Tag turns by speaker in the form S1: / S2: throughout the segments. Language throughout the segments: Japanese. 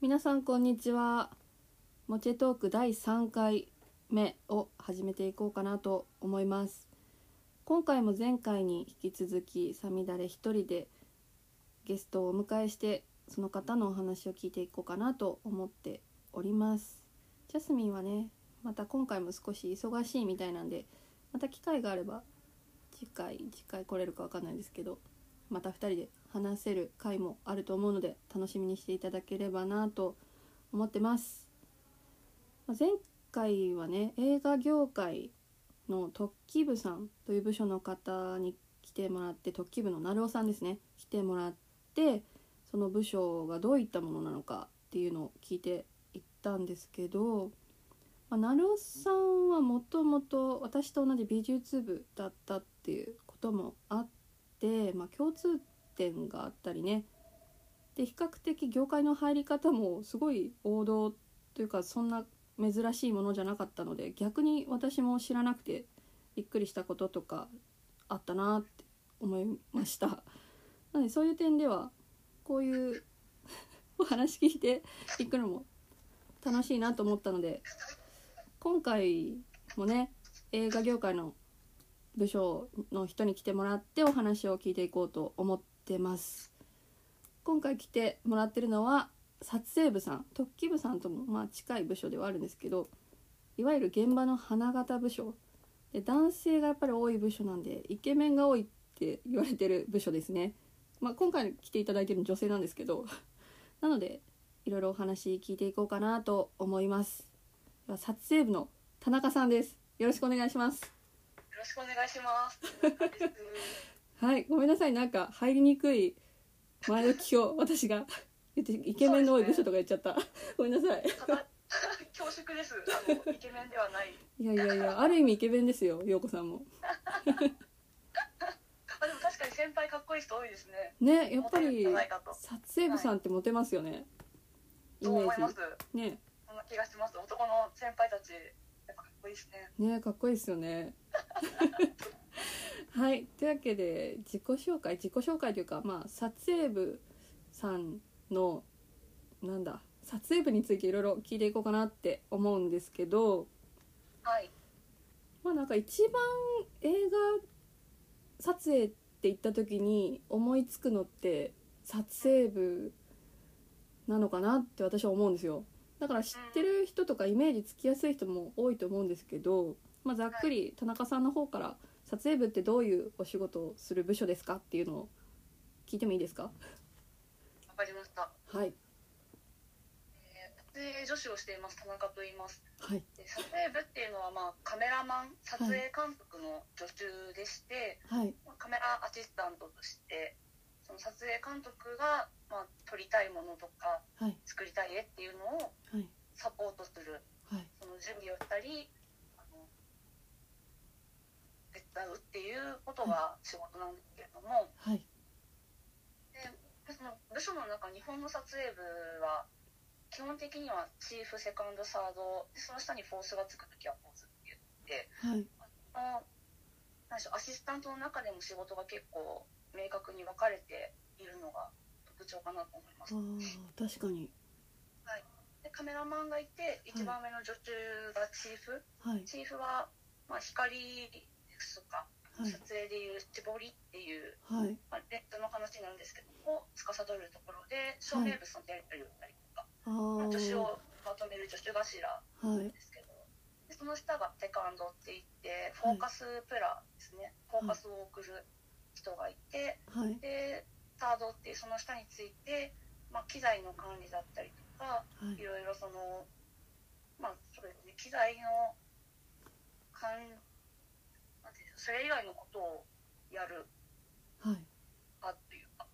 S1: 皆さんこんにちはモチェトーク第3回目を始めていこうかなと思います今回も前回に引き続きさみだれ一人でゲストをお迎えしてその方のお話を聞いていこうかなと思っておりますジャスミンはねまた今回も少し忙しいみたいなんでまた機会があれば次回次回来れるかわかんないですけどまた2人で話せる回もあると思うので楽しみにしていただければなと思ってますまあ前回はね映画業界の突起部さんという部署の方に来てもらって突起部の成尾さんですね来てもらってその部署がどういったものなのかっていうのを聞いていったんですけど、まあ、成尾さんはもともと私と同じ美術部だったっていうこともあって、まあ、共通点があったりねで比較的業界の入り方もすごい王道というかそんな珍しいものじゃなかったので逆に私も知らなくてびっくりしたこととかあったなって思いました。なのでそういう点ではこういう お話聞いていくのも楽しいなと思ったので今回もね映画業界の部署の人に来てもらってお話を聞いていこうと思ってます今回来てもらってるのは撮影部さん特技部さんともまあ近い部署ではあるんですけどいわゆる現場の花形部署で男性がやっぱり多い部署なんでイケメンが多いって言われてる部署ですね、まあ、今回来ていただいてるの女性なんですけど なのでいろいろお話聞いていこうかなと思いますでは撮影部の田中さんですよろしくお願いします
S2: よろしくお願いします。
S1: はい、ごめんなさい、なんか入りにくい前置きを私 が言ってイケメンの多い部署とか言っちゃった。ごめんなさい。
S2: た だ恐縮です。あのイケメンではない。
S1: いやいやいや、ある意味イケメンですよ、陽子さんも。
S2: あでも確かに先輩かっこいい人多いですね。
S1: ね、やっぱ
S2: モテるん
S1: り
S2: じゃないかと
S1: 撮影部さんってモテますよね。イ
S2: そう
S1: メ
S2: 思いま
S1: ー
S2: す。そ
S1: ジ。ね、
S2: んな気がします。男の先輩たちやっぱかっこいいですね。
S1: ね、かっこいいですよ ね。はい、というわけで自己紹介、自己紹介というか、まあ撮影部さんのなんだ、撮影部についていろいろ聞いていこうかなって思うんですけど。
S2: はい。
S1: まあなんか一番映画撮影って言った時に思いつくのって撮影部なのかなって私は思うんですよだから知ってる人とかイメージつきやすい人も多いと思うんですけど、まあ、ざっくり田中さんの方から撮影部ってどういうお仕事をする部署ですかっていうのを聞いてもいいですか
S2: わかりました。
S1: はい
S2: えー撮影助手をしています田中と言います。
S1: はい
S2: で撮影部っていうのはまあカメラマン撮影監督の助手でして、
S1: はい
S2: まあカメラアシスタントとしてその撮影監督がまあ撮りたいものとか
S1: はい
S2: 作りたい絵っていうのを
S1: はい
S2: サポートする
S1: はい
S2: その準備をしたりあの手伝うっていうことが仕事なんですけれども、
S1: はい
S2: でその部署の中日本の撮影部は基本的にはチーフセカンドサードでその下にフォースがつくときはフォースって言って
S1: はい
S2: その何でしょうアシスタントの中でも仕事が結構明確に分かれているのが特徴かなと思いま
S1: あ
S2: す。
S1: ー確かに
S2: でカメラマンがいて一番上の女中がチーフ、
S1: はい
S2: チーフは、まあ、光ですとか
S1: はい
S2: 撮影でいう絞りっていう、
S1: はい
S2: まあ、レッドの話なんですけども司るところで照明物のやり取りをしたりとか、
S1: あ
S2: まあ、助手
S1: ー
S2: をまとめる助手頭
S1: は
S2: なん
S1: い
S2: ですけどでその下がセカンドって言って
S1: はい
S2: フォーカスプラですね、フォーカスを送る人がいて
S1: はい
S2: でサードっていうその下について、まあ、機材の管理だったりと
S1: は
S2: か
S1: い
S2: いろいろそのまあそうですね機材の管なんていうんですかそれ以外のことをやる
S1: はい
S2: かというか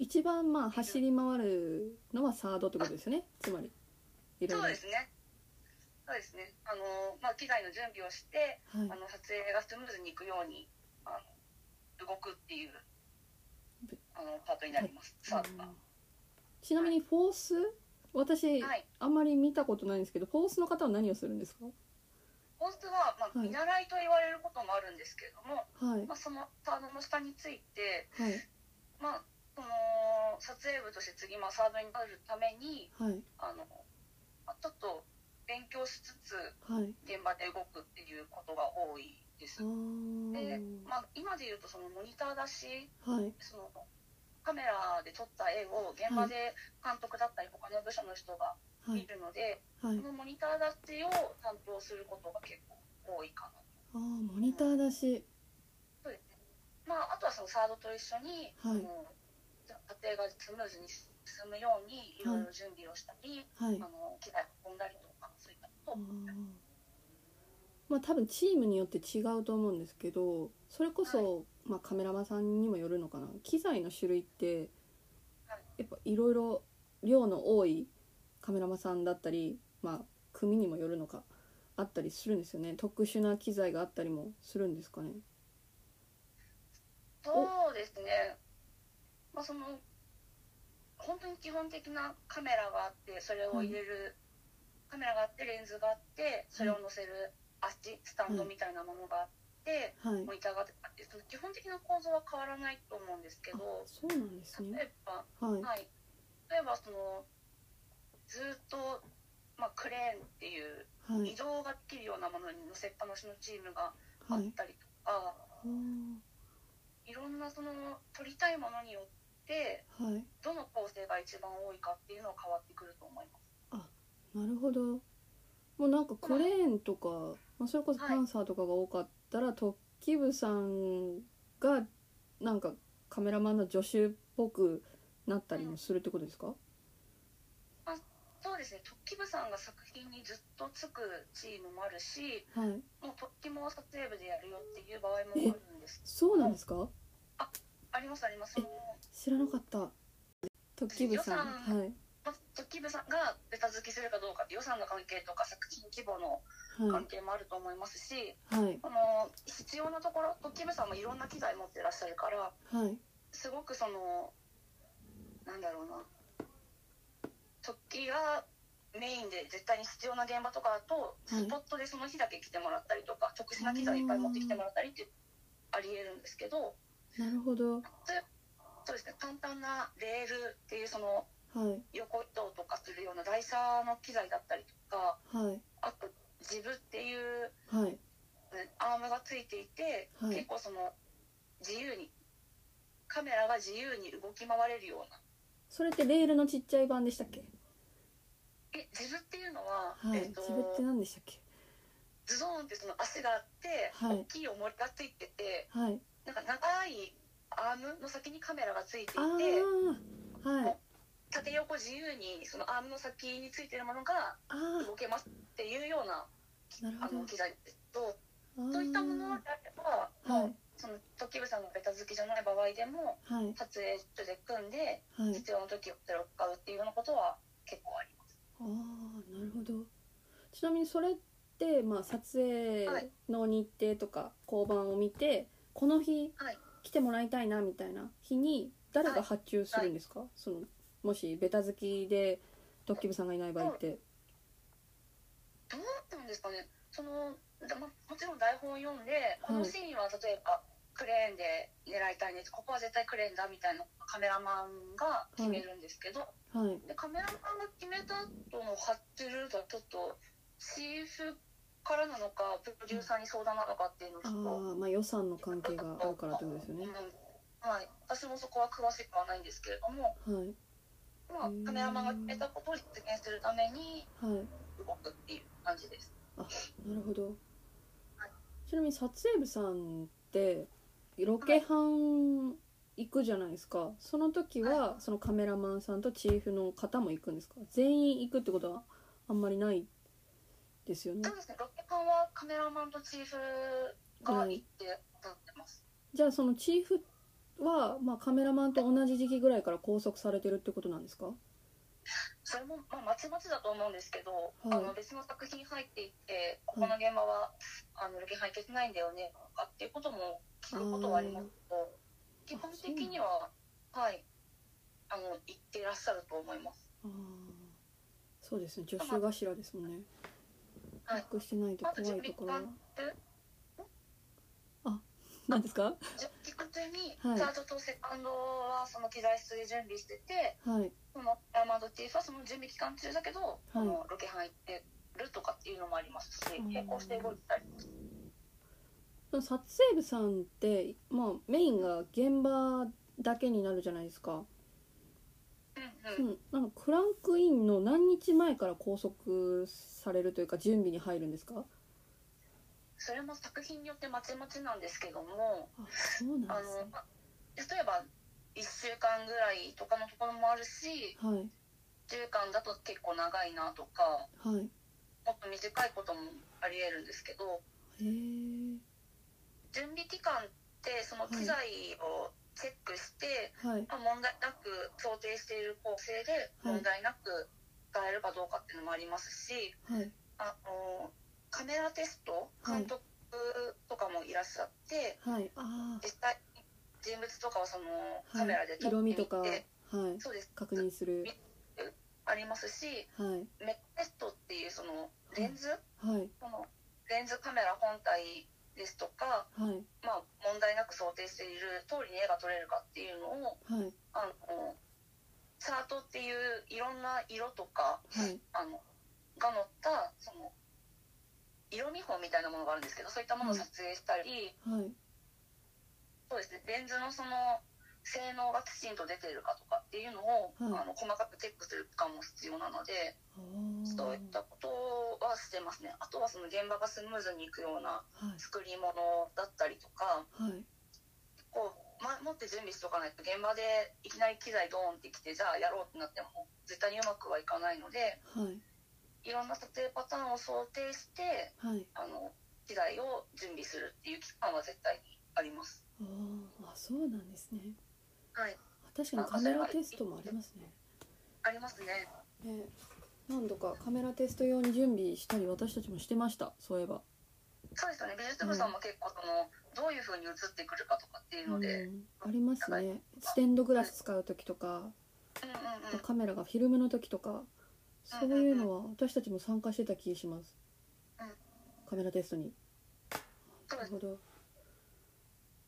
S1: 一番まあ走り回るのはサードってことですよねつまりいろいろ
S2: そうですねそうですねあの、まあ、機材の準備をして
S1: はい
S2: あの撮影がスムーズにいくようにあの動くっていうあのパートになりますサードが
S1: うんちなみにフォース私、
S2: はい
S1: あんまり見たことないんですけどフォースの方は何をするんですか
S2: 本当は、まあ、
S1: はい
S2: 見習いと言われることもあるんですけれども、
S1: はい
S2: まあ、そのサードの下について
S1: はい
S2: まあその撮影部として次、まあ、サードになるために
S1: はい
S2: あの、まあ、ちょっと勉強しつつ
S1: はい
S2: 現場で動くっていうことが多いで
S1: あ
S2: す。で
S1: ー
S2: まあ、今で言うとそのモニターだし
S1: はい
S2: そのカメラで撮った絵を現場で監督だったり他の部署の人が
S1: はい
S2: 見るので、
S1: はい
S2: そのモニターだしを担当することが結構多いか
S1: ああ
S2: な。
S1: モニターだし
S2: そうですね。まあ、あとはそのサードと一緒に、
S1: はい
S2: あの家庭がスムーズに進むようにいろいろ準備をしたり、
S1: はい
S2: あの機材を運んだりとかそういったこ
S1: あ
S2: とを、
S1: ーまあ多分チームによって違うと思うんですけどそれこそ、まあ、カメラマンさんにもよるのかな機材の種類って
S2: はい
S1: やっぱいろいろ量の多いカメラマンさんだったり、まあ、組にもよるのかあったりするんですよね特殊な機材があったりもするんですかね。
S2: そうですね、まあ、その本当に基本的なカメラがあってそれを入れる、カメラがあってレンズがあってそれを載せる足スタンドみたいなものがあって、
S1: はい、
S2: モニターがあってその基本的な構造は変わらないと思うんですけ
S1: あ
S2: ど
S1: そうなんです
S2: 例
S1: ね。
S2: えば
S1: はい、
S2: はい、例えばそのずっと、まあ、クレーンっていう
S1: はい
S2: 移、動ができるようなものに乗せっぱなしのチームがあ
S1: は
S2: っ
S1: い、
S2: たりとか、
S1: あー
S2: い、ろんなその撮りたいものによって
S1: はい、
S2: どの構成が一番多いかっていうのは変わってくると思います。
S1: なるほどもうなんかクレーンとか、まあ、それこそパンサーとかが多かったら、突起部さんがなんかカメラマンの助手っぽくなったりもするってことですか、
S2: そうですね、突起部さんが作品にずっとつくチームもあるし、
S1: はい
S2: もう突起も撮影部でやるよっていう場合もあるんです。
S1: そうなんですか
S2: ありますあります。その
S1: 知らなかった突起部さん
S2: 予算
S1: はい
S2: まあ突起部さんがベタ付きするかどうかって予算の関係とか作品規模の
S1: は
S2: 関係もあると思いますし、
S1: いはい
S2: この必要なところとキムさんもいろんな機材持ってらっしゃるか
S1: は
S2: ら
S1: い
S2: すごくそのなんだろうな突起がメインで絶対に必要な現場とかだと
S1: い
S2: スポットでその日だけ来てもらったりとか特殊な機材いっぱい持ってきてもらったりってありえるんですけど
S1: なるほどは
S2: そうですね簡単なレールっていうその
S1: い
S2: 横移動とかするような台車の機材だったりとか
S1: はい
S2: あとジブっていう
S1: はい
S2: アームがついていて、
S1: はい
S2: 結構その自由にカメラが自由に動き回れるような
S1: それってレールのちっちゃい版でしたっけ
S2: えジブっていうのは、
S1: はい、
S2: えっと
S1: 自分って何でしたっけ
S2: ズドーンってその足があって、
S1: はい
S2: 大きい重りがついてて
S1: はい
S2: なんか長いアームの先にカメラがついていて
S1: ああはい
S2: 縦横自由にそのアームの先についてるものが
S1: あ
S2: 動けますっていうような
S1: あなる
S2: あ
S1: ほど
S2: の機材ですと
S1: あ
S2: そういったものであれば、
S1: あー
S2: もうその時部さんのベタ付きじゃない場合でも
S1: ーはい
S2: 撮影所で組んで
S1: はい
S2: 必要な時をそれを使うっていうようなことは結構あります。
S1: ああなるほどちなみにそれって、まあ、撮影
S2: はい
S1: の日程とか交番を見て、この日
S2: はい
S1: 来てもらいたいなみたいな日に誰が発注するんですか、そのもしベタ好きでドッキリさんがいない場合って、
S2: どうなんですかね。そのだまもちろん台本を読んでこのシーンは例えばクレーンで狙いたいねここは絶対クレーンだみたいなカメラマンが決めるんですけど、
S1: はい
S2: でカメラマンが決めた後の発注ルートはちょっとシーフからなのかプロデューサーに相談なのかっていうのを
S1: あ
S2: ちょっと
S1: あまあ予算の関係があるからってことですよね
S2: うんはい、私もそこは詳しくはないんですけれども、
S1: はい
S2: まあ
S1: うん、
S2: カメラマンが決めたことを実現するために
S1: はい
S2: 動くっていう感じです。
S1: なるほど
S2: はい
S1: ちなみに撮影部さんってロケハン行くじゃないですかその時はそのカメラマンさんとチーフの方も行くんですか全員行くってことはあんまりないですよね
S2: そうですね、ロケハンはカメラマンとチーフが行って歌ってます。
S1: じゃあそのチーフは、まあ、カメラマンと同じ時期ぐらいから拘束されてるってことなんですか
S2: それも、まあ、まちまちだと思うんですけど、
S1: はい
S2: あの別の作品入っていって、ここの現場は、あのロケハン行けてないんだよねとかっていうことも聞くことはありますけど、基本的には、はい、あの行ってらっしゃると思います。
S1: ああそうですね助手頭ですもんね
S2: はい
S1: 把握して ないと怖いところは
S2: まず準備
S1: あ何ですか
S2: じゃ聞く普通に
S1: はい
S2: サードとセカンドはその機材室で準備してて、
S1: はい
S2: そのダイヤマンドティーフはその準備期間中だけど、そのロケハン行ってるとかっていうのもありますし、
S1: うん
S2: 並行して動いてたりもし
S1: その撮影部さんって、まあ、メインが現場だけになるじゃないですか、
S2: うん
S1: う
S2: うん、
S1: ん、なんかクランクインの何日前から拘束されるというか準備に入るんですか
S2: それも作品によってまちまちなんですけども、
S1: あそうな
S2: あ
S1: んです
S2: のま例えば1週間ぐらいとかのところもあるし、
S1: ね
S2: 1週間だと結構長いなとか、
S1: はいはい
S2: もっと短いこともありえるんですけど、
S1: へえ
S2: 準備期間ってその機材をチェックして、
S1: はい
S2: まあ問題なく想定している構成で
S1: はい
S2: 問題なく使えるかどうかっていうのもありますし、
S1: はい
S2: あのカメラテスト
S1: はい
S2: 監督とかもいらっしゃって、
S1: はいあ
S2: 実際に人物とかをその
S1: あ、は
S2: カメラ
S1: い、
S2: で撮って
S1: 色
S2: み
S1: 味
S2: て、
S1: とかはい
S2: そうです
S1: 確認する
S2: ありますし
S1: はい
S2: メックテストっていうそのレンズ、
S1: はい
S2: そのレンズカメラ本体ですとか、
S1: はい
S2: まあ、問題なく想定している通りに絵が撮れるかっていうのを
S1: はい
S2: あのチャートっていういろんな色とか
S1: はい
S2: あのが載ったその色見本みたいなものがあるんですけどそういったものを撮影したり、
S1: はい
S2: そうですね、レンズのその性能がきちんと出てるかとかっていうのを、
S1: はい
S2: あの細かくチェックする期間も必要なので
S1: あ
S2: そういっ
S1: ー
S2: たことはしてますねあとはその現場がスムーズにいくような
S1: はい
S2: 作り物だったりとか。
S1: はい
S2: こう、ま、持って準備しとかないと現場でいきなり機材ドーンってきてじゃあやろうってなっても絶対にうまくはいかないので
S1: はい
S2: いろんな撮影パターンを想定して
S1: はい
S2: あの機材を準備するっていう期間は絶対にあります。
S1: あーあそうなんですね
S2: はい、
S1: あ確かにカメラテストもありますね
S2: ありますね。
S1: ね何度かカメラテスト用に準備したり私たちもしてましたそういえば、
S2: そうですよね美術部さんも結構その、どういう風に映ってくるかとかっていう
S1: う
S2: の
S1: ん
S2: で、、
S1: ありますねステンドグラス使う時とか
S2: うん、うん
S1: あ
S2: うん
S1: とカメラがフィルムの時とかそういうのは私たちも参加してた気します
S2: うん
S1: カメラテストに
S2: そう
S1: な
S2: で
S1: る
S2: す
S1: ほど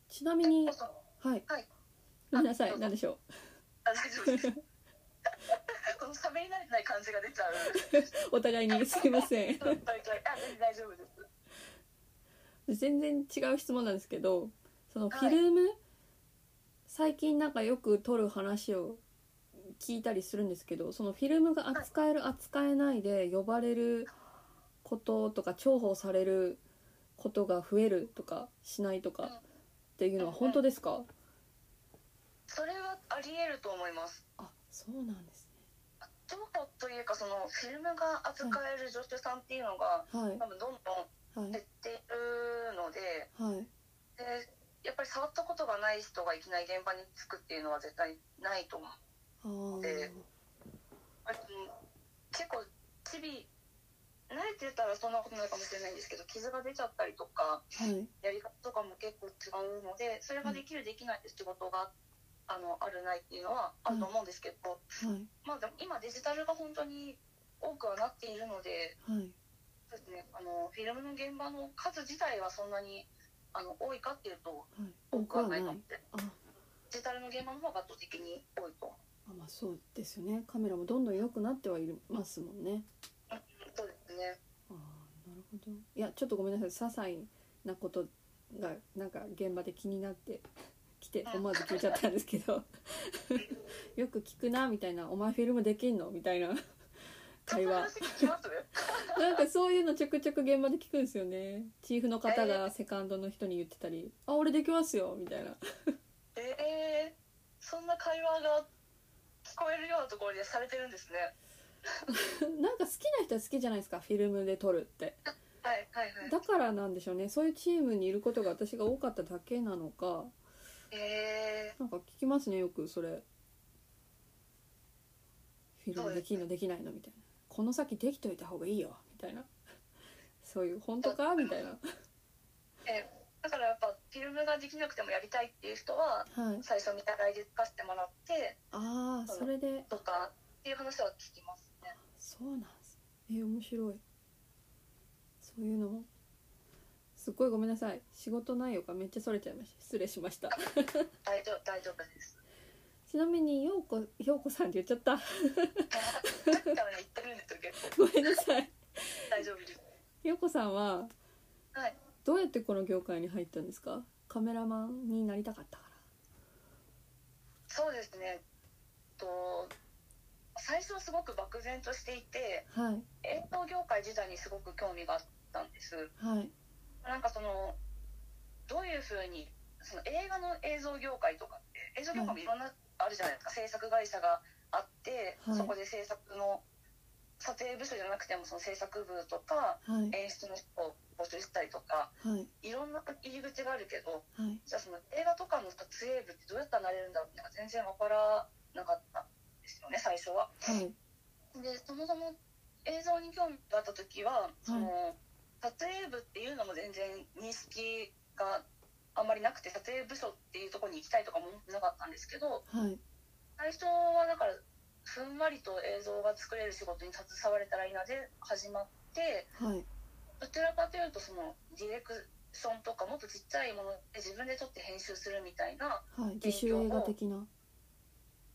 S1: ちなみに
S2: そうそう
S1: はい
S2: はい
S1: ごめんなさい
S2: あどうぞ
S1: 何でしょう
S2: あ大丈夫です この喋り慣れてない感じが出ちゃう
S1: お互いにすいません
S2: あ全然大丈夫です
S1: 全然違う質問なんですけどそのフ
S2: はい
S1: ィルム、最近なんかよく撮る話を聞いたりするんですけどそのフィルムが扱える扱えないで呼ばれることとか重宝されることが増えるとかしないとかっていうのは本当ですか
S2: それはあり得ると思います
S1: あそうなんです
S2: 情報というかそのフィルムが扱える助手さんっていうのが
S1: ねはい
S2: 多分どんど
S1: は
S2: ん減
S1: い
S2: っているので
S1: はい
S2: でやっぱり触ったことがない人がいきなり現場に着くっていうのは絶対ないと思う
S1: あー
S2: であと結構チビ慣れてたらそんなことないかもしれないんですけど傷が出ちゃったりと
S1: は
S2: か
S1: い
S2: やり方とかも結構違うのでそれができるできないって仕事があのあるないっていうのはあると思うんですけど、
S1: はい
S2: まあでも今デジタルが本当に多くはなっているので
S1: はい
S2: そうですね、あのフィルムの現場の数自体はそんなにあの多いかっていうと
S1: はい
S2: 多
S1: 多
S2: く
S1: く
S2: は
S1: は
S2: な
S1: ないい
S2: かっ
S1: あ
S2: てデジタルの現場の方が圧倒的に多いと
S1: あまあそうですよねカメラもどんどん良くなってはいますもんね
S2: そうですね
S1: ああなるほどいやちょっとごめんなさい些細なことがなんか現場で気になって きて思わず聞いちゃったんですけど よく聞くなみたいな「お前フィルムできんの?」みたいな会話
S2: そんな話聞きます
S1: なんかそういうのちょくちょく現場で聞くんですよねチーフの方がセカンドの人に言ってたり「あ俺できますよ」みたいな
S2: えー、そんな会話が聞こえるようなところでされてるんですね
S1: なんか好きな人は好きじゃないですかフィルムで撮るって
S2: はいはいはい
S1: だからなんでしょうねそういうチームにいることが私が多かっただけなのか
S2: え
S1: なんか聞きますねよくそれフィルムできんのできないのみたいなこの先できといた方がいいよみたいな そういう本当かみたいな
S2: ー、えーだからやっぱフィルムができなくてもやりたいっていう人は
S1: はい
S2: 最初見習いで使してもらって
S1: ああそれで
S2: とかっていう話は聞きますね
S1: そうなんですねえー面白いそういうのもすすっごいごめんなさい仕事内容がめっちゃそれちゃいました失礼しました
S2: 大丈夫大丈夫です
S1: ちなみにようこようこさんって言っちゃった
S2: だったら言ってるんですよ結構
S1: ごめんなさい
S2: 大丈夫です
S1: ようこさんは
S2: はい
S1: どうやってこの業界に入ったんですかカメラマンになりたかったか
S2: そうですねと最初はすごく漠然としていて
S1: らはい
S2: 映像業界自体にすごく興味があったんです
S1: はい
S2: なんかそのどういうふうにその映画の映像業界とかって映像業界もいろんなあるじゃないですか、制作会社があって、
S1: はい
S2: そこで制作の撮影部署じゃなくてもその制作部とか
S1: はい
S2: 演出の人を募集したりとか
S1: はい
S2: いろんな入り口があるけど
S1: はい
S2: じゃあその映画とかの撮影部ってどうやったらなれるんだろうっていうのが全然わからなかったんですよね最初は。
S1: はい
S2: でそもそも映像に興味があった時はその、撮影部っていうのも全然認識があんまりなくて撮影部署っていうところに行きたいとかも思ってなかったんですけど
S1: はい
S2: 最初はだからふんわりと映像が作れる仕事に携われたらいいなで始まって
S1: はい
S2: どちらかというとそのディレクションとかもっとちっちゃいもので自分で撮って編集するみたいな
S1: はい自主映画的な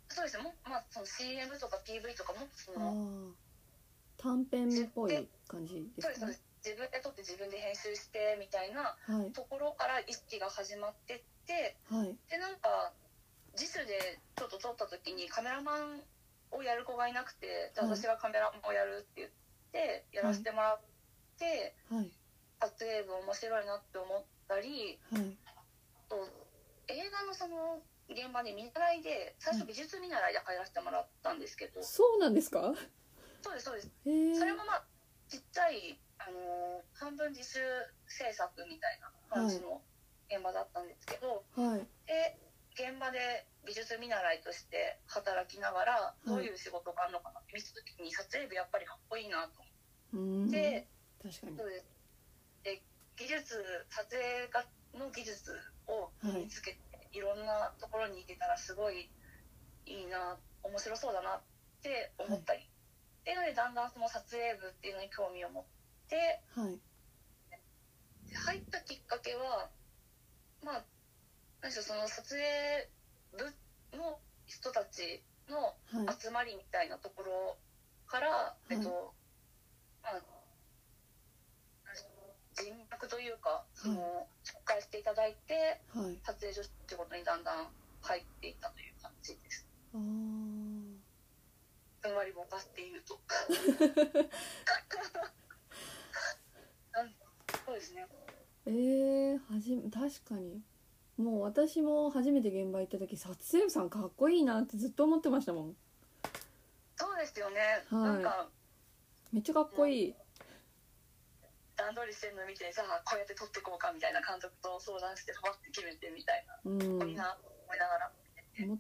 S2: そうですねもう、まあ、その CM とか PV とかもっとそ
S1: あ
S2: の
S1: ー短編っぽい感じで
S2: そうですす
S1: か
S2: そうで
S1: ね
S2: す自分で撮って自分で編集してみたいな
S1: はい
S2: ところから意識が始まってって
S1: はい
S2: でなんか自主でちょっと撮った時にカメラマンをやる子がいなくてじゃあ
S1: はい
S2: 私がカメラマンをやるって言ってやらせてもらって
S1: はい
S2: 撮影部面白いなって思ったり
S1: はい
S2: あと映画のその現場に見習いで最初美術見習いで入らせてもらったんですけど
S1: そうなんですか
S2: そうですそうです
S1: へえ
S2: それもまあちっちゃい、あのー半分自主制作みたいな感じの現場だったんですけど、
S1: はい
S2: で現場で美術見習いとして働きながら
S1: い
S2: どういう仕事があるのかなって見た時に撮影部やっぱりかっこいいなと思
S1: うーん
S2: って、
S1: 確かに
S2: そうですで技術撮影がの技術を身につけて、い、ろんなところに行けたらすごいいいな面白そうだなって思ったり、っていうのでだんだんその撮影部っていうのに興味を持って
S1: はい
S2: で入ったきっかけはまあ何でしょうその撮影部の人たちの
S1: はい
S2: 集まりみたいなところから、
S1: い
S2: えっとまあ何でしょう人脈というかその紹介していただいて
S1: はい
S2: 撮影所ってことにだんだん入っていったという感じです。
S1: あー
S2: ふんわりぼかして言う と。なんそうですね。
S1: えー、はじめ確かにもう私も初めて現場行った時撮影部さんかっこいいなってずっと思ってましたもん
S2: そうですよね。
S1: はい
S2: なんか
S1: めっちゃかっこいい、
S2: 段取りしてるの見てじゃあこうやって撮ってこうかみたいな監督と相談してパッて決めてみたいな、
S1: うん、
S2: こんな思いながら
S1: 思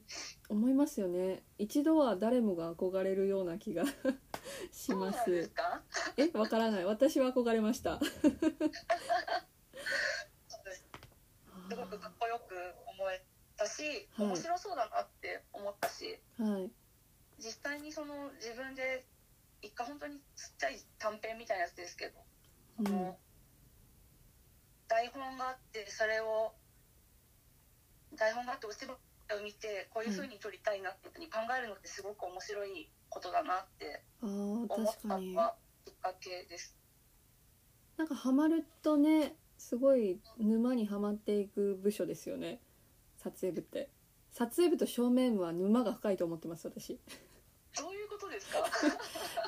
S1: 思いますよね一度は誰もが憧れるような 気がし
S2: そう
S1: ま
S2: なんです
S1: す
S2: か
S1: えわからない私は憧れました
S2: そうですすごくかっこよく思えたし、
S1: はい
S2: 面白そうだなって思ったし
S1: はい
S2: 実際にその自分で一回本当にちっちゃい短編みたいなやつですけど、
S1: うん
S2: その台本があってそれを台本があってお芝居を見てこういうふうに撮りたいなっていうふうに考えるのってすごく面白いことだなって
S1: あー
S2: 思っ
S1: 確か
S2: たの
S1: に
S2: がきっかけです。
S1: なんかハマるとねすごい沼にはまっていく部署ですよね撮影部って撮影部と正面は沼が深いと思ってます私
S2: どういうことですか？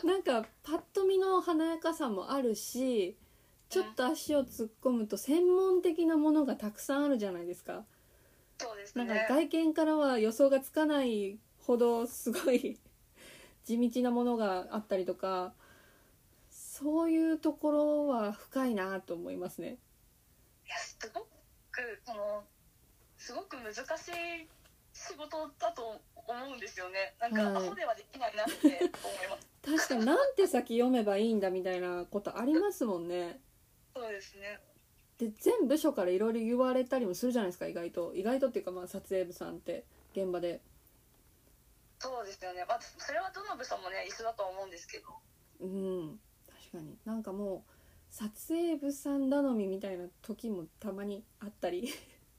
S1: なんかパッと見の華やかさもあるしちょっと足を突っ込むと専門的なものがたくさんあるじゃないですか
S2: そうです
S1: なんか
S2: ね。
S1: 外見からは予想がつかないほどすごい 地道なものがあったりとかそういうところは深いなと思いますね
S2: いやすごくそのすごく難しい仕事だと思うんですよね。なんか、
S1: はい
S2: アホではできないなって思います。
S1: 確かになんて先読めばいいんだみたいなことありますもんね
S2: そうですね。
S1: で全部署からいろいろ言われたりもするじゃないですか意外と意外とっていうかまあ撮影部さんって現場で
S2: そうですよね。まあそれはどの部署もね一緒だと思うんですけど。
S1: うん確かになんかもう撮影部さん頼みみたいな時もたまにあったり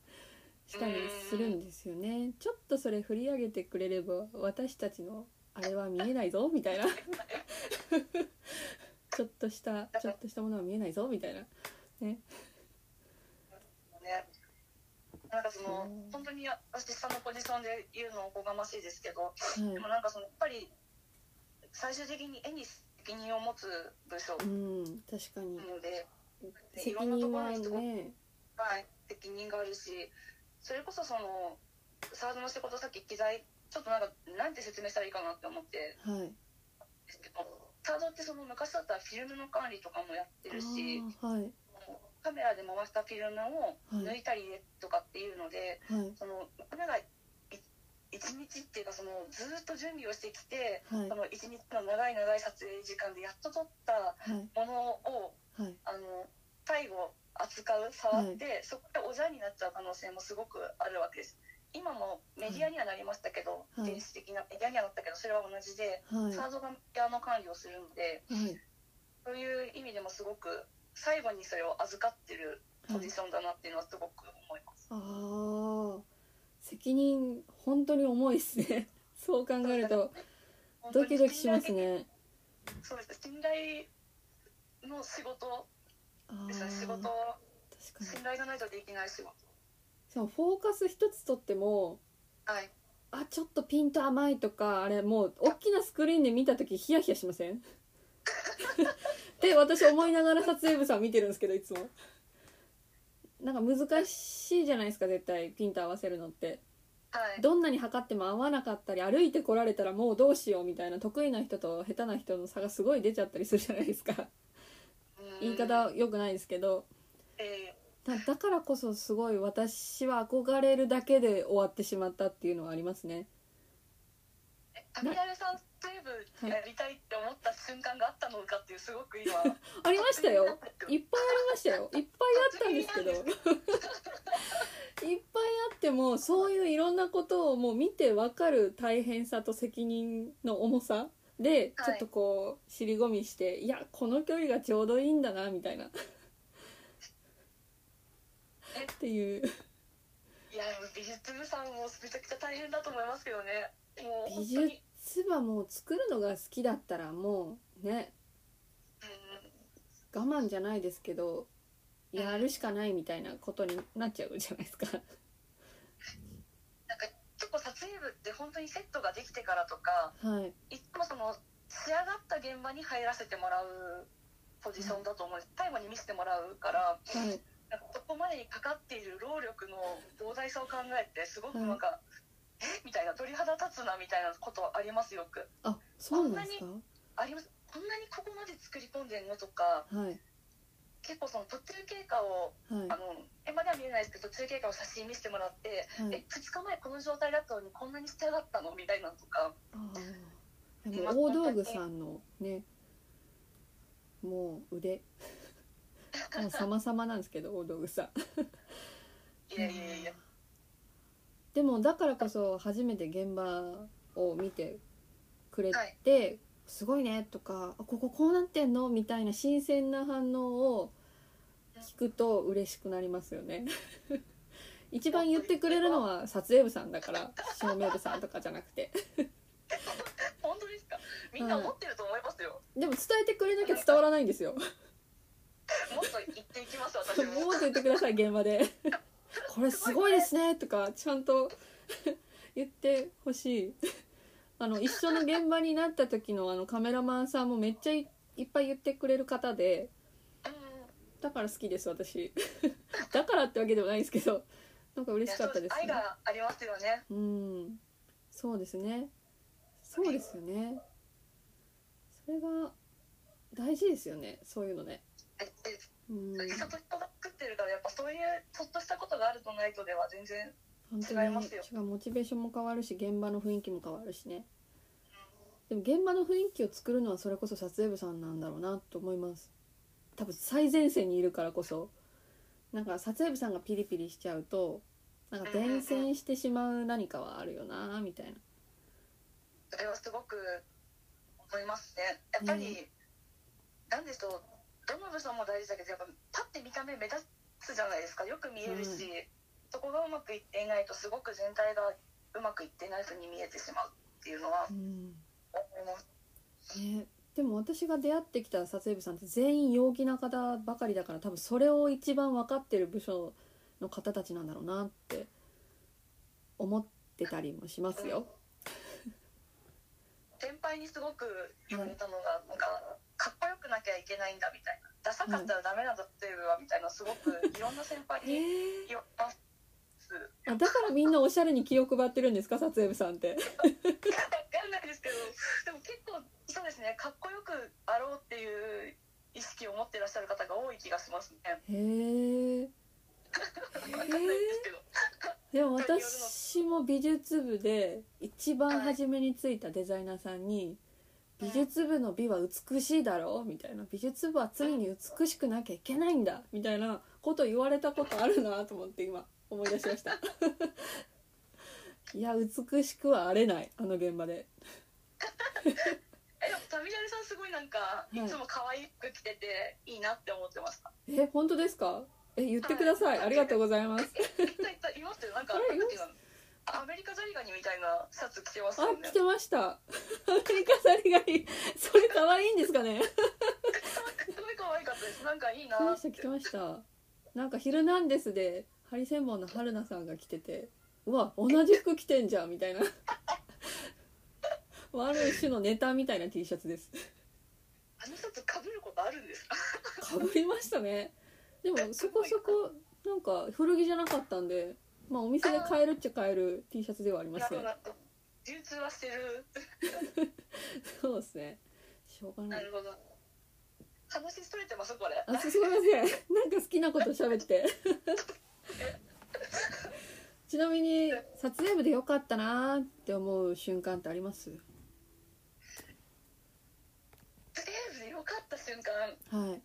S1: したりするんですよねちょっとそれ振り上げてくれれば私たちのあれは見えないぞみたいな ちょっとしたちょっとしたものは見えないぞみたいな
S2: ね。なんかその
S1: うん
S2: 本当に私下のポジションで言うのおこがましいですけど、でも
S1: は
S2: なんかそのやっぱり最終的に絵に責任を持つ部署
S1: い、うん、確かに
S2: なので、
S1: 責任はね
S2: はい、責任があるし、それこそそのサードの仕事先機材ちょっとなんかなんて説明したらいいかなって思って
S1: はい
S2: ですけど、サードってその昔だったらフィルムの管理とかもやってるし、
S1: あーはい
S2: カメラで回したフィルムを抜いたりとかっていうので。
S1: はい
S2: そのなんかい一日っていうかそのずーっと準備をしてきて、
S1: はい
S2: その一日の長い長い撮影時間でやっと撮った
S1: はい
S2: ものを
S1: はい
S2: あの最後扱う触って、そこでおじゃんになっちゃう可能性もすごくあるわけです今もメディアにはなりましたけど、
S1: はい
S2: 電子的なメディアにはなったけどそれは同じで、
S1: はい
S2: サードがメディアの管理をするので
S1: はい
S2: そういう意味でもすごく最後にそれを預かってるポ
S1: は
S2: ジ
S1: い
S2: ションだなっていうのはすごく思います、
S1: ああ責任本当に重いですね そう考えると
S2: 本当
S1: ド
S2: に
S1: キドキしますね
S2: そうです信頼の仕事
S1: ああ
S2: ですね仕
S1: 確
S2: 事
S1: かに
S2: 信頼がないとできない仕事
S1: しかもフォーカス一つとっても
S2: はい
S1: あちょっとピント甘いとかあれもう大きなスクリーンで見た時ヒヤヒヤしません って私思いながら撮影部さん見てるんですけどいつもなんか難しいじゃないですか絶対ピント合わせるのって
S2: はい
S1: どんなに測っても合わなかったり歩いてこられたらもうどうしようみたいな得意な人と下手な人の差がすごい出ちゃったりするじゃないですか
S2: うん
S1: 言い方良くないですけど
S2: ええ
S1: だだからこそすごい私は憧れるだけで終わってしまったっていうのはありますね
S2: え神谷さんセーブやりたいって思った瞬間があったのかっていうすごく今
S1: ありましたよいっぱいあ
S2: い
S1: りましたよいっぱいあったんですけどいっぱいあってもそういういろんなことをもう見てわかる大変さと責任の重さで
S2: はい
S1: ちょっとこう尻込みしていやこの距離がちょうどいいんだなみた いなっていう
S2: や美術部さんもめちゃくちゃ大変だと思いますけどねもう
S1: 美
S2: 本当
S1: 術
S2: に
S1: はもう作るのが好きだったらもうね我慢じゃないですけどやるしかないみたいなことになっちゃうじゃないですか。
S2: 結構撮影部って本当にセットができてからとか
S1: はい
S2: いつもその仕上がった現場に入らせてもらうポジションだと思うんです最後に見せてもらうから
S1: はい
S2: なんかそこまでにかかっている労力の膨大さを考えてすごくなんか、えみたいな鳥肌立つなみたいなことありますよく
S1: あそうなんですか
S2: ありますこんなにここまで作り込んでんのとか
S1: はい
S2: 結構その途中経過を
S1: はい
S2: あの現場では見えないですけど途中経過を写真見せてもらって、
S1: はい
S2: え2日前この状態だったのにこんなに仕上がったのみたいなのとか
S1: ああでも大道具さんのねもう 腕もう様々なんですけど大道具さん
S2: いやいやいや
S1: でもだからこそ初めて現場を見てくれて、すごいねとかあこここうなってんのみたいな新鮮な反応を聞くと嬉しくなりますよ ね一番言ってくれるのは撮影部さんだから照明部さんとかじゃなくて
S2: 本当ですかみんな思ってると思いますよ、
S1: でも伝えてくれなきゃ伝わらないんですよ
S2: もっと言っていきます私も
S1: もう言ってください現場でこれすごいですねとかちゃんと 言ってほしいあの一緒の現場になった時のあのカメラマンさんもめっちゃいいっぱい言ってくれる方で
S2: うん
S1: だから好きです私だからってわけでもないですけどなんか嬉しかったです
S2: 愛
S1: ね
S2: がありますよね。
S1: うんそうですねそうですよねそれが大事ですよねそういうのね うん
S2: 人と人が作ってるからやっぱそういうちょっとしたことがあるとないとでは全然
S1: 本当
S2: 違い
S1: に
S2: ますよ
S1: 違うモチベーションも変わるし現場の雰囲気も変わるしねでも現場の雰囲気を作るのはそれこそ撮影部さんなんだろうなと思います多分最前線にいるからこそなんか撮影部さんがピリピリしちゃうとなんか伝染してしまう何かはあるよなみたいな
S2: それはすごく思いますね。やっぱり、なんでしょうどの部署も大事だけどやっぱ立って見た目目立つじゃないですかよく見えるし、そこがうまくいっていないとすごく全体がうまくいってないふうに見えてしまうっていうのは
S1: うん
S2: 思います
S1: ね、でも私が出会ってきた撮影部さんって全員陽気な方ばかりだから多分それを一番分かってる部署の方たちなんだろうなって思ってたりもしますよ。
S2: 先輩にすごく言われたのが、なんかかっこよくなきゃいけないんだみたいなダサかったらダメなんだっていうはみたいなすごくいろんな先輩
S1: え
S2: に言われます。
S1: あだからみんなおしゃれに気を配ってるんですか撮影部さんって。
S2: わかんないですけどでも結構そうですねかっこよくあろうっていう意識を持ってらっしゃる方が多い気がしますね。
S1: へえ
S2: わかんないですけど、
S1: でも私も美術部で一番初めについたデザイナーさんに「
S2: はい
S1: 美術部の美は美しいだろ?」みたいな「美術部は常に美しくなきゃいけないんだ」みたいなこと言われたことあるなと思って今思い出しました いや美しくはあれないあの現場で
S2: えでもタミラルさんすごいなんか
S1: い
S2: いつも可愛く着てていいなって思ってま した。
S1: え本当ですかえ言ってくださいありがとうございます
S2: えいたいたいますよなんか
S1: あれ
S2: なんていうのアメリカザリガニみたいなシャツ着てます
S1: あ
S2: よね
S1: 来。てました アメリカザリガニそれ可愛いんですかね
S2: すごい可愛かったです。なんかいいな
S1: 来ま
S2: っ。
S1: してた来てましたなんか「ヒルナンデス」でハリセンボンの春菜さんが来ててうわ同じ服着てんじゃんみたいなある種のネタみたいな T シャツです
S2: あのシャツ被ることあるんですか。
S1: かぶりましたねでもそこそこなんか古着じゃなかったんでまあお店で買えるっちゃ買える T シャツではありま
S2: な
S1: す
S2: る
S1: ね
S2: ほどなるほど。流通はしてる。
S1: そうですねしょうが
S2: な
S1: ない
S2: るほど。話しとれてますこれ。
S1: あすすい ませんなんか好きなこと喋って ちなみに撮影部で良かったなーって思う瞬間ってあります
S2: とりあえず良かった瞬間。
S1: はい。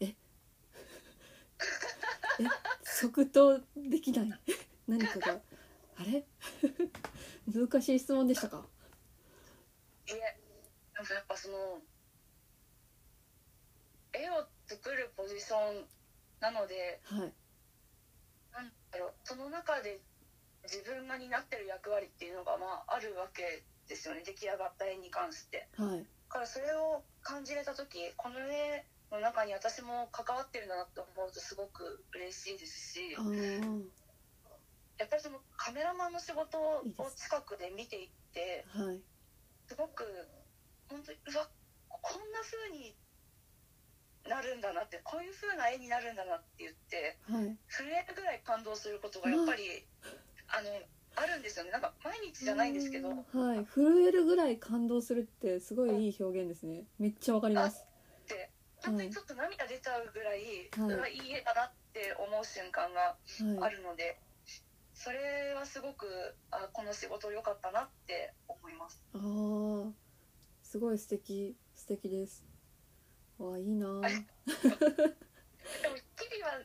S1: え。 え、即答できない。何かが。あれ。 難しい質問でしたか。
S2: いえ、なんかやっぱその。絵を作るポジション。なので、
S1: はい。
S2: なんだろう、その中で。自分が担ってる役割っていうのが、まあ、あるわけですよね。出来上がった絵に関して。
S1: はい。
S2: だからそれを感じれた時この絵の中に私も関わってるんだなと思うとすごく嬉しいですし
S1: ああ。
S2: やっぱりそのカメラマンの仕事を近くで見ていって
S1: はい。
S2: すごく本当にうわこんな風になるんだなってこういう風な絵になるんだなって言って
S1: はい。
S2: 震えるぐらい感動することがやっぱりあのあるんですよねなんか毎日じゃないんですけど。
S1: はい。震えるぐらい感動するって、すごいいい表現ですね。めっちゃわかります。
S2: って本当にちょっと涙出ちゃうぐらい、
S1: はいう
S2: わいい絵だなって思う瞬間があ
S1: はい。
S2: るので、それはすごくあこの仕事良かったなって思います。
S1: ああ。すごい素敵。素敵です。わあ、いいなー。
S2: でも日々は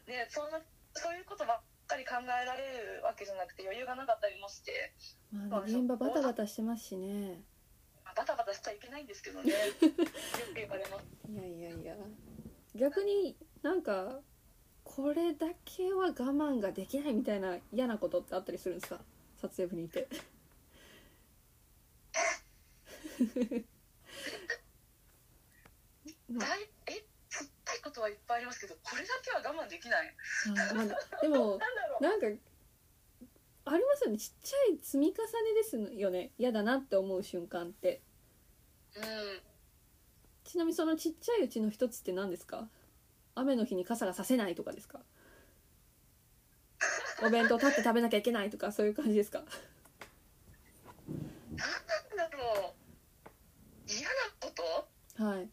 S2: ねそんなそういうことばっかり考えられるわけじゃなくて余裕がなかったりもして
S1: まあ、ね、現場バタバタしてますしね。
S2: バタバタしちゃいけないんですけどねよく言われます。
S1: いやいやいや逆になんかこれだけは我慢ができないみたいな嫌なことってあったりするんですか撮影部にい て ま
S2: だ
S1: あ
S2: いえつったいことはいっぱいありますけどこれだけは我慢できない。
S1: まあでも
S2: なんだろう
S1: なんかありますよねちっちゃい積み重ねですよね嫌だなって思う瞬間って
S2: うん
S1: ちなみにそのちっちゃいうちの一つって何ですか雨の日に傘がさせないとかですかお弁当立って食べなきゃいけないとかそういう感じですか
S2: なんだろう嫌なこと
S1: はい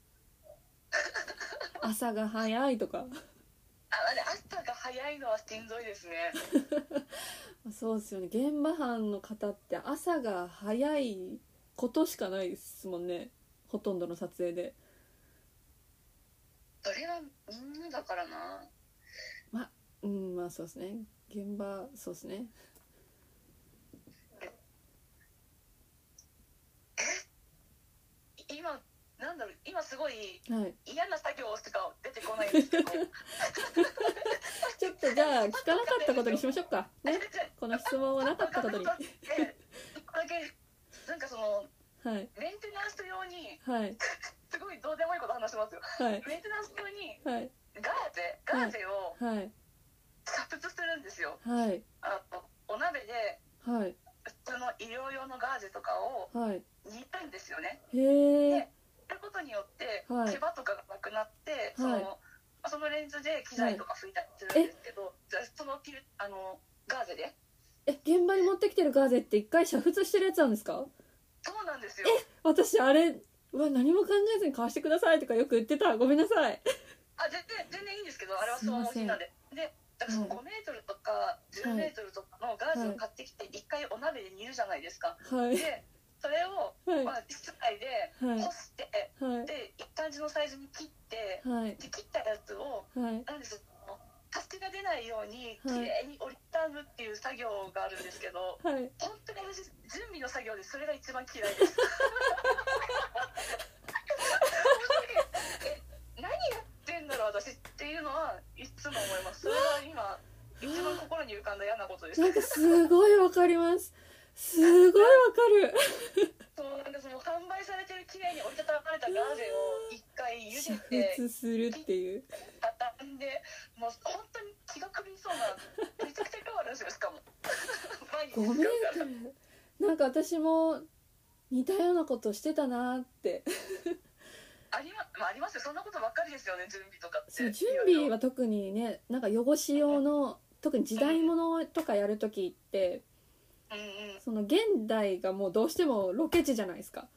S1: 朝が早いとか
S2: ああれ朝が早いのはしんどいですね。
S1: そうですよね現場班の方って朝が早いことしかないですもんねほとんどの撮影で
S2: それはみんなだからな。
S1: うんまあそうですね現場そうですね
S2: 今なんだろう今すごい
S1: はい、
S2: 嫌な作業しか出てこないん ですけど
S1: ちょっとじゃあ聞かなかったことにしましょうかねこの質問はなかったことに
S2: なんか一個だけなんかその
S1: はい
S2: メンテナンス用に
S1: はい
S2: すごいどうでもいいこと話しますよ
S1: はい
S2: メンテナンス用に
S1: はい
S2: ガーゼガーゼを
S1: はい
S2: 煮沸するんですよ
S1: はい
S2: あのお鍋で
S1: はい
S2: 普通の医療用のガーゼとかを
S1: はい
S2: 煮たんですよね
S1: へえ
S2: ねということによって
S1: はい
S2: 毛羽とかがなくなってそ
S1: はい
S2: のまあそのレンズで機材とか拭いたりするんですけどじゃあそのピルあのガーゼで
S1: え現場に持ってきてるガーゼって一回煮沸してるやつなんですか
S2: そうなんですよ
S1: 私あれうわ何も考えずに買わしてくださいとかよく言ってたごめんなさい
S2: あ全然全然いいんですけどあれはそう思う日なんででだからその
S1: はい
S2: 5メートルとか10メートルとかのガーゼを買ってきて一回お鍋で煮るじゃないですか
S1: はい
S2: でそれを
S1: はい
S2: まあ室内で
S1: はい
S2: 干して
S1: はい
S2: で一感じのサイズに切って
S1: はい
S2: で切ったやつ
S1: は
S2: を
S1: い
S2: なんですタステが出ないように綺
S1: はい
S2: 麗に折りたたむっていう作業があるんですけど、
S1: はい
S2: 本当に私準備の作業でそれが一番嫌いです本当にえ何やってんだろう私っていうのはいつも思いますそれが今一番心に浮かんだ嫌なことです
S1: なんかすごいわかりますすごいわかる
S2: そうなんかその販売されてる綺麗に折りたたまれたガーゼを一回茹
S1: 煮
S2: で て
S1: 沸するっていう
S2: 畳んでもう本当に気が狂いそうなめちゃくちゃ変わるんですよしかも毎日
S1: 5メートルなんか私も似たようなことしてたなーって
S2: あり,、ままあ、ありますよそんなことばっかりですよね準備とかって
S1: そう準備
S2: は
S1: は特にねなんか汚し用の特に時代物とかやる時って
S2: うんうん
S1: その現代がもうどうしてもロケ地じゃないですか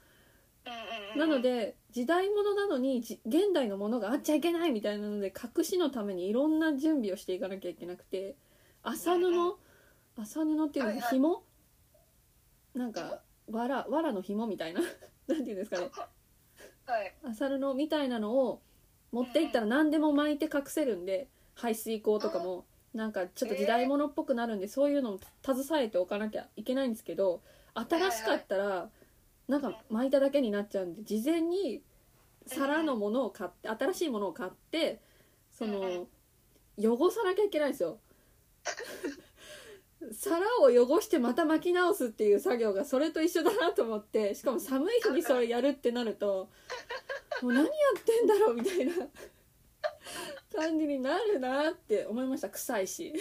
S2: うんうんうん
S1: なので時代物なのにじ現代のものがあっちゃいけないみたいなので隠しのためにいろんな準備をしていかなきゃいけなくて麻布
S2: うんうん
S1: 麻布っていう
S2: はい
S1: の
S2: はい
S1: 紐なんか藁藁の紐みたいな なんていうんですかね
S2: はい
S1: 麻布みたいなのを持っていったら何でも巻いて隠せるんで排水口とかもなんかちょっと時代物っぽくなるんでそういうのも携えておかなきゃいけないんですけど新しかったらなんか巻いただけになっちゃうんで事前に皿のものを買って新しいものを買ってその汚さなきゃいけないんですよ。皿を汚してまた巻き直すっていう作業がそれと一緒だなと思ってしかも寒い日にそれやるってなるともう何やってんだろうみたいな感じになるなって思いました臭いし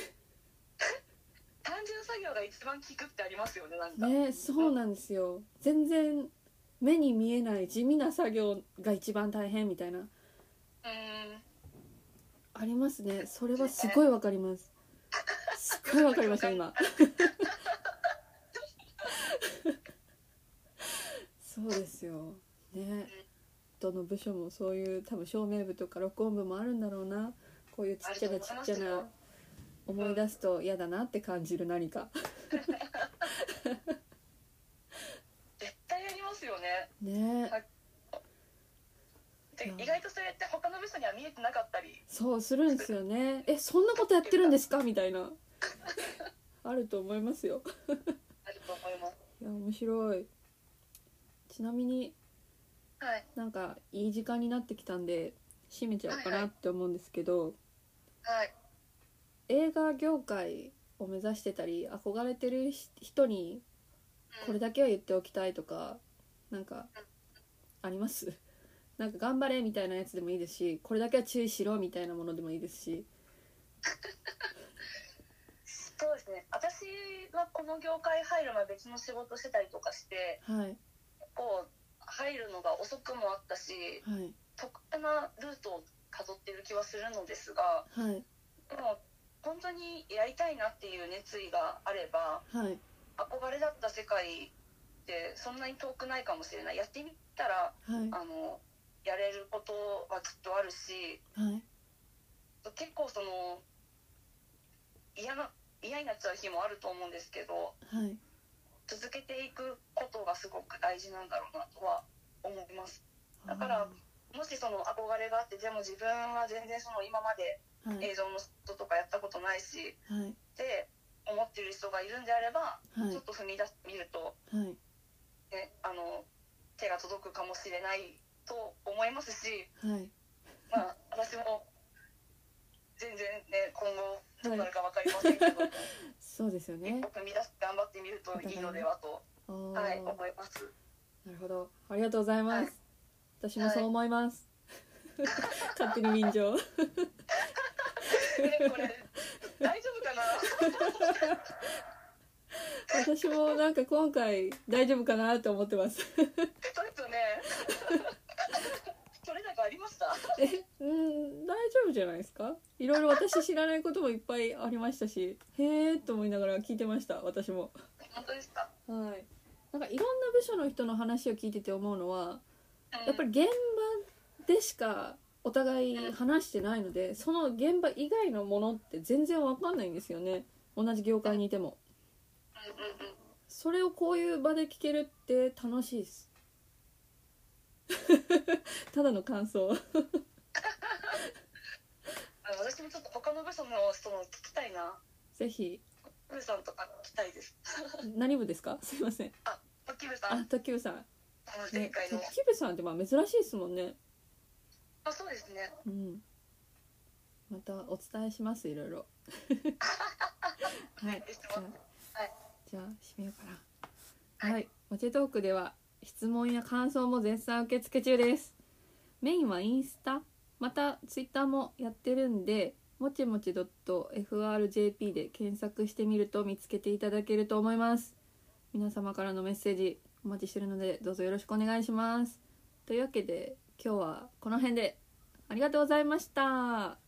S2: 単純作業が一番効くってありますよねなんか、
S1: ねそうなんですよ全然目に見えない地味な作業が一番大変みたいな
S2: うん
S1: ありますねそれはすごいわかりますすっごいわかりました今そうですよねどの部署もそういう多分照明部とか録音部もあるんだろうなこういうちっちゃなちっちゃな思い出すと嫌だなって感じる何か
S2: 絶対やりますよね
S1: ね
S2: はいで
S1: うん
S2: 意外とそれって他の部署には見えてなかったり
S1: そうするんですよねえそんなことやってるんですかみたいなあると思いますよ
S2: あると思います
S1: いや面白いちなみに
S2: はい
S1: なんかいい時間になってきたんで締めちゃおうかなって思うんですけど、
S2: はい
S1: 映画業界を目指してたり憧れてるひ人に
S2: うん
S1: これだけは言っておきたいとかなんかあります なんか頑張れみたいなやつでもいいですしこれだけは注意しろみたいなものでもいいですし
S2: そうですね私はこの業界入る前別の仕事してたりとかして
S1: はい
S2: こう入るのが遅くもあったし
S1: はい
S2: 特殊なルートをたどってる気はするのですが
S1: はい
S2: でも本当にやりたいなっていう熱意があれば
S1: はい
S2: 憧れだった世界ってそんなに遠くないかもしれないやってみたら
S1: はい
S2: あのやれることはきっとあるし
S1: はい
S2: 結構その嫌な嫌になっちゃう日もあると思うんですけど
S1: はい
S2: 続けていくことがすごく大事なんだろうなとは思いますだからもしその憧れがあってでも自分は全然その今まで
S1: はい
S2: 映像の人とかやったことないし
S1: はい
S2: って思ってる人がいるんであれば、
S1: はい
S2: ちょっと踏み出してみる
S1: は
S2: と
S1: い
S2: ね、あの手が届くかもしれないと思いますし、
S1: はい
S2: まあ、私も全然ね今後どうなるか分かりませんけど、
S1: そうですよ
S2: 一
S1: ね
S2: 歩踏み出して頑張ってみるといいのではと、
S1: あー、
S2: はい、思います。
S1: なるほどありがとうございます、私もそう思います、 勝手に便乗
S2: ねこれ大丈夫かな
S1: 私もなんか今回大丈夫かなと思ってます
S2: ちょっとね取れ高ありました
S1: えうん大丈夫じゃないですかいろいろ私知らないこともいっぱいありましたしへえと思いながら聞いてました私も
S2: 本当ですか、
S1: はいなんかいろんな部署の人の話を聞いてて思うのは
S2: うん
S1: やっぱり現場でしかお互い話してないのでその現場以外のものって全然わかんないんですよね同じ業界にいても
S2: うんうんうん
S1: それをこういう場で聞けるって楽しいです ただの感想
S2: あの私もちょっと他の部署の人の聞きたいな
S1: ぜひ
S2: キムさんとか聞きたいです
S1: 何部ですかすいません
S2: あキムさ
S1: あ
S2: ん
S1: 卓球部さん、
S2: この前
S1: ね、
S2: 回の、
S1: 卓球部さんってまあ珍しいですもんね
S2: あそうですね
S1: うんまたお伝えしますいろいろはい
S2: 質
S1: じゃ
S2: 問
S1: あ、
S2: はい
S1: じゃあ締めようか
S2: は
S1: な。
S2: い
S1: はい、モチェトークでは質問や感想も絶賛受付中です。メインはインスタ、またツイッターもやってるんで、もちもち .frjp で検索してみると見つけていただけると思います。皆様からのメッセージお待ちしてるのでどうぞよろしくお願いします。というわけで今日はこの辺でありがとうございました。